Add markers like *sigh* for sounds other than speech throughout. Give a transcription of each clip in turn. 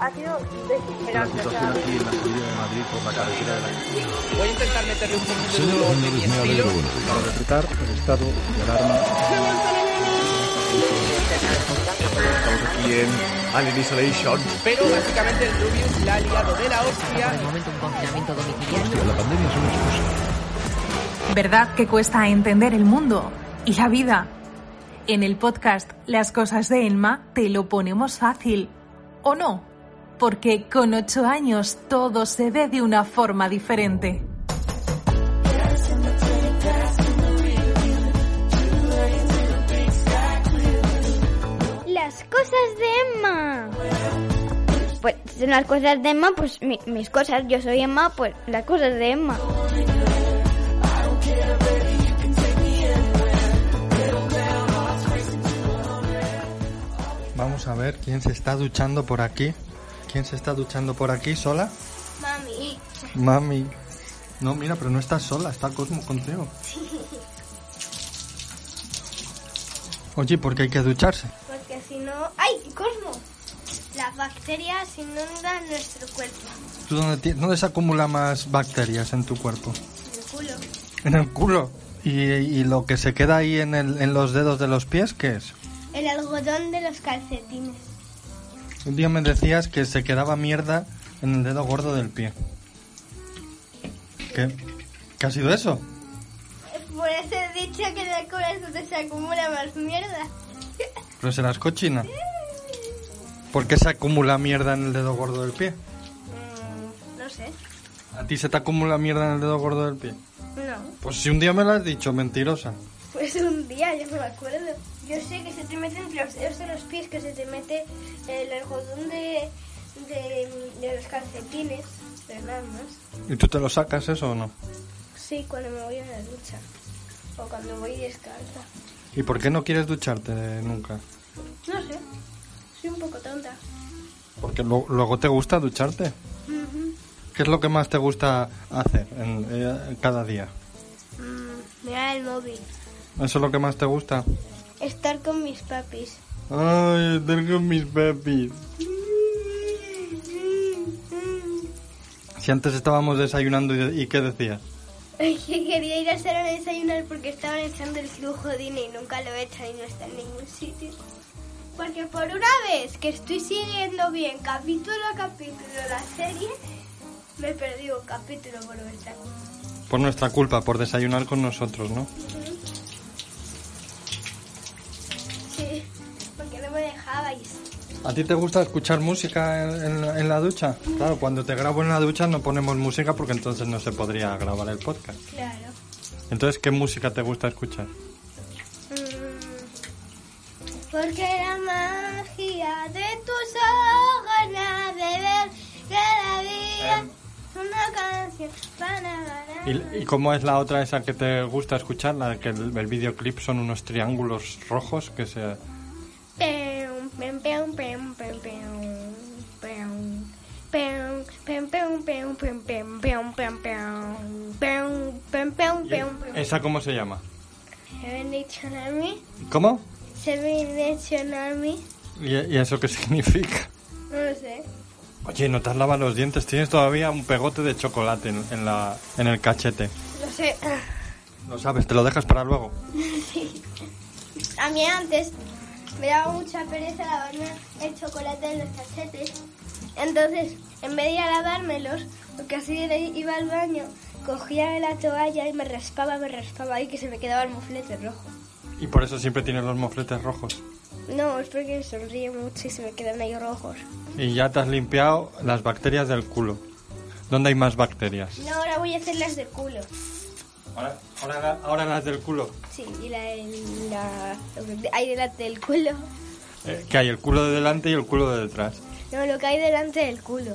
ha sido desesperante. La situación aquí en la subida de Madrid por la carretera de la Voy a intentar meterle un poquito de Señor humor de mi Hernández, me alegro. estilo. Buenos días. Para decretar el estado de alarma. Estamos aquí en Alien Isolation. Pero básicamente el Rubius la ha liado de la Por el hostia. momento un confinamiento domiciliario. Hostia, la pandemia es una excusa. ¿Verdad que cuesta entender el mundo y la vida? En el podcast Las cosas de Elma te lo ponemos fácil, ¿o no? Porque con ocho años todo se ve de una forma diferente. Las cosas de Emma. Pues son las cosas de Emma, pues mi- mis cosas, yo soy Emma, pues las cosas de Emma. Vamos a ver quién se está duchando por aquí. ¿Quién se está duchando por aquí sola? Mami. Mami. No, mira, pero no estás sola, está Cosmo contigo. Oye, ¿por qué hay que ducharse? Porque si no... ¡Ay, Cosmo! Las bacterias inundan nuestro cuerpo, ¿Tú dónde, ti- dónde se acumula más bacterias en tu cuerpo? en el culo. En el culo. ¿Y, y lo que se queda ahí en, el- en los dedos de los pies, qué es? El algodón de los calcetines. Un día me decías que se quedaba mierda en el dedo gordo del pie. ¿Qué? ¿Qué ha sido eso? Por eso he dicho que en el culo es donde se acumula más mierda. ¿Pero serás cochina? ¿Por qué se acumula mierda en el dedo gordo del pie? Mm, no sé. ¿A ti se te acumula mierda en el dedo gordo del pie? No. Pues si un día me lo has dicho, mentirosa. Pues un día, yo me acuerdo. Yo sé que se te mete entre los dedos de los pies, que se te mete el algodón de, de, de los calcetines, pero nada más. ¿Y tú te lo sacas eso o no? Sí, cuando me voy a la ducha. O cuando voy descalza. ¿Y por qué no quieres ducharte nunca? No sé. Soy un poco tonta. Porque lo- luego te gusta ducharte. ¿Qué es lo que más te gusta hacer en, eh, cada día? Mm, mira el móvil. ¿Eso es lo que más te gusta? Estar con mis papis. Ay, estar con mis papis. Mm, Si antes estábamos desayunando y, y ¿qué decías? Es que quería ir al salón a desayunar porque estaban echando el dibujo Dine y nunca lo he hecho y no está en ningún sitio. Porque por una vez que estoy siguiendo bien capítulo a capítulo la serie, me perdí un capítulo por vuelta. Por nuestra culpa, por desayunar con nosotros, ¿no? Sí, porque no me dejabais. ¿A ti te gusta escuchar música en, en la- en la ducha? Claro, cuando te grabo en la ducha no ponemos música porque entonces no se podría grabar el podcast. Claro. Entonces, ¿qué música te gusta escuchar? Mm. Porque la magia de tus ojos ganas de ver cada día una canción para ganar. ¿Y, y cómo es la otra esa que te gusta escuchar? La que el, el videoclip son unos triángulos rojos que se... Peum, peum, peum, peum, peum, peum, peum. Peum, peum, peum, peum, peum, peum, peum, peum, peum. Peum, peum, peum, peum, peum. ¿Esa cómo se llama? Seven Nation Army. ¿Cómo? Seven Nation Army. ¿Y, y eso qué *laughs* significa? No lo sé. Oye, no te has lavado los dientes, tienes todavía un pegote de chocolate en, en la, en el cachete. No sé. Lo sabes, te lo dejas para luego. A mí antes me daba mucha pereza lavarme el chocolate en los cachetes. Entonces, en vez de ir a lavármelos, porque así iba al baño, cogía la toalla y me raspaba, me raspaba y que se me quedaba el moflete rojo. Y por eso siempre tienes los mofletes rojos. No, es porque sonríe mucho y se me quedan ahí rojos. Y ya te has limpiado las bacterias del culo. ¿Dónde hay más bacterias? No, ahora voy a hacer las de culo. Ahora, ahora, la- ahora las del culo. Sí, y la, del- la, lo que hay delante del culo. Eh, que hay el culo de delante y el culo de detrás. No, lo que hay delante del culo.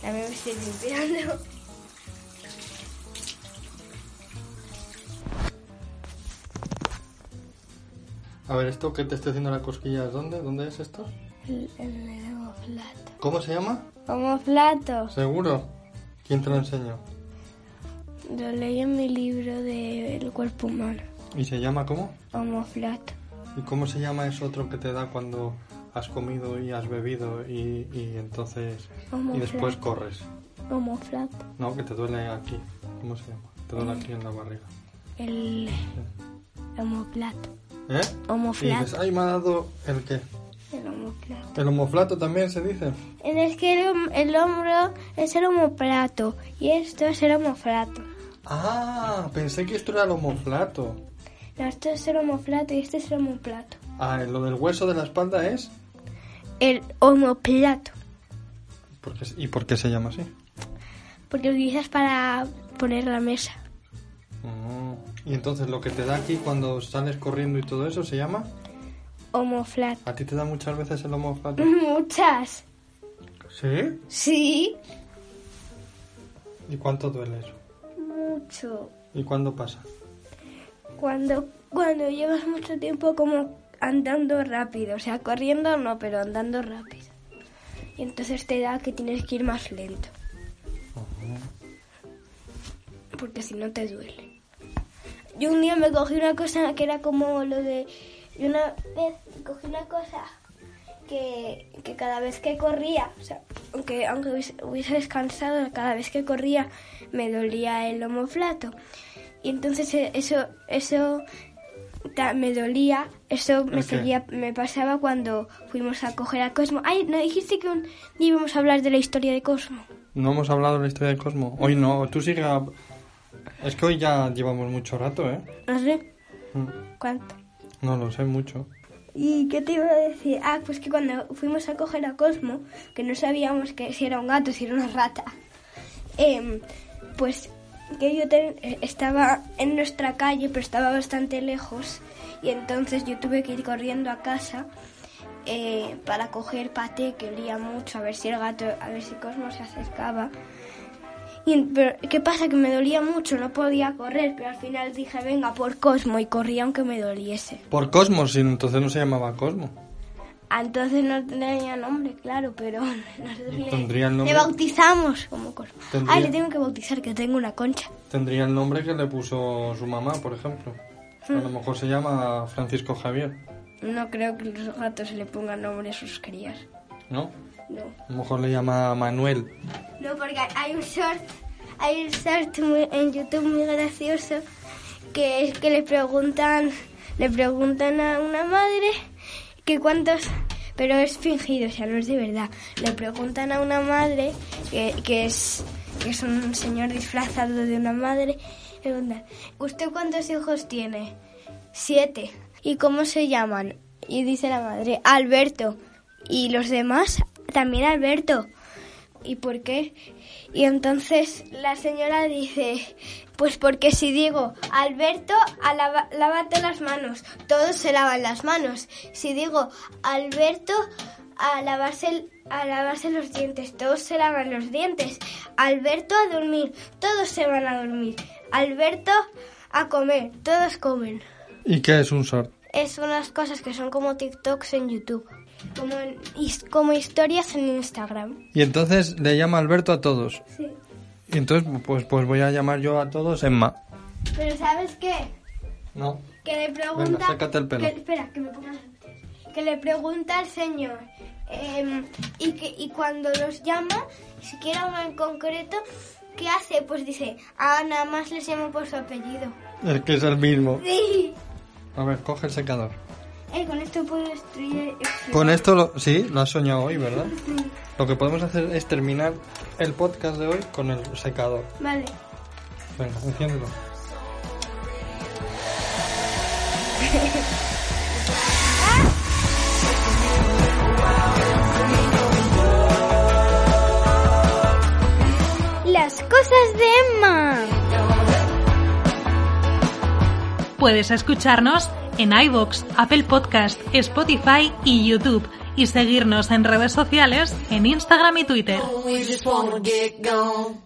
También me estoy limpiando. A ver, ¿esto que te estoy haciendo la cosquilla dónde? ¿Dónde es esto? En el homoflato. ¿Cómo se llama? Homoflato. Seguro. ¿Quién te lo enseñó? Lo leí en mi libro de El cuerpo humano. ¿Y se llama cómo? Homoflato. ¿Y cómo se llama eso otro que te da cuando has comido y has bebido y, y entonces... Como y después flaco. corres. Como flat. No, que te duele aquí. ¿Cómo se llama? Te duele aquí en la barriga. El homoflat. ¿Eh? Homoflato. Y dices, ay, me ha dado el qué. El homoflat. El homoflato también se dice. Es que el, hom- el hombro es el homoplato y esto es el homoflato. Ah, pensé que esto era el homoflato. No, esto es el homoflato y este es el homoplato. Ah, lo del hueso de la espalda es... El homoplato. ¿Por qué se- ¿Y por qué se llama así? Porque lo utilizas para poner la mesa. Mm. Y entonces lo que te da aquí cuando sales corriendo y todo eso se llama... Homoflat. ¿A ti te da muchas veces el homoflato? *laughs* Muchas. ¿Sí? Sí. ¿Y cuánto duele eso? Mucho. ¿Y cuándo pasa? Cuando, cuando llevas mucho tiempo como andando rápido, o sea, corriendo no, pero andando rápido. Y entonces te da que tienes que ir más lento, porque si no te duele. Yo un día me cogí una cosa que era como lo de... Yo una vez cogí una cosa que, que cada vez que corría, o sea, aunque, aunque hubiese, hubiese descansado, cada vez que corría me dolía el homoflato. Y entonces eh, eso, eso ta- me dolía, eso me qué? seguía, me pasaba cuando fuimos a coger a Cosmo. Ay, no dijiste que un día íbamos a hablar de la historia de Cosmo. No hemos hablado de la historia de Cosmo. Hoy no, tú sigue... hab- Es que hoy ya llevamos mucho rato, ¿eh? No sé Mm. cuánto. No lo sé mucho. ¿Y qué te iba a decir? Ah, pues que cuando fuimos a coger a Cosmo, que no sabíamos que si era un gato, si era una rata, em, pues que yo ten- eh, estaba en nuestra calle, pero estaba bastante lejos, y entonces yo tuve que ir corriendo a casa eh, para coger paté que olía mucho, a ver si el gato, a ver si Cosmo se acercaba. Y, pero, ¿Qué pasa? Que me dolía mucho, no podía correr, pero al final dije, venga, por Cosmo, y corrí aunque me doliese. Por Cosmo, si entonces no se llamaba Cosmo. Ah, Entonces no tenía nombre, claro, pero *laughs* nosotros Pondría le, el nombre. le bautizamos como Cosmo. Tendría- Ah, le tengo que bautizar, que tengo una concha. Tendría el nombre que le puso su mamá, por ejemplo. A lo mejor se llama Francisco Javier, No creo que los gatos le pongan nombre a sus crías. ¿no? No. A lo mejor le llama Manuel. No, porque hay un short, hay un short muy- en YouTube muy gracioso que es que le preguntan, le preguntan a una madre que cuántos, pero es fingido, o sea, no es de verdad. Le preguntan a una madre que, que es que es un señor disfrazado de una madre, le preguntan, ¿usted cuántos hijos tiene? Siete. ¿Y cómo se llaman? Y dice la madre, Alberto. Y los demás, también Alberto. ¿Y por qué? Y entonces la señora dice, pues porque si digo, Alberto, a lava- lávate las manos, todos se lavan las manos. Si digo, Alberto, a lavarse, el- a lavarse los dientes, todos se lavan los dientes. Alberto a dormir, todos se van a dormir. Alberto a comer, todos comen. ¿Y qué es un short? Es unas cosas que son como TikToks en YouTube, como, en his- como historias en Instagram. Y entonces le llama Alberto a todos. Y entonces, pues, pues voy a llamar yo a todos Emma. Pero ¿sabes qué? No. Que le pregunta. Venga, sácate el pelo. Que, espera, que me ponga las zapatillas. Que le pregunta al señor. em, y, que, y cuando los llama, siquiera uno en concreto, ¿qué hace? Pues dice, ah, nada más les llamo por su apellido. *laughs* Es que es el mismo. Sí. A ver, coge el secador. Eh, con esto puedo destruir. Con esto, lo- sí, lo has soñado hoy, ¿verdad? Lo que podemos hacer es terminar el podcast de hoy con el secador. Vale. Venga, enciéndelo. Las cosas de Emma. Puedes escucharnos en iVoox, Apple Podcast, Spotify y YouTube y seguirnos en redes sociales en Instagram y Twitter. We just wanna get gone.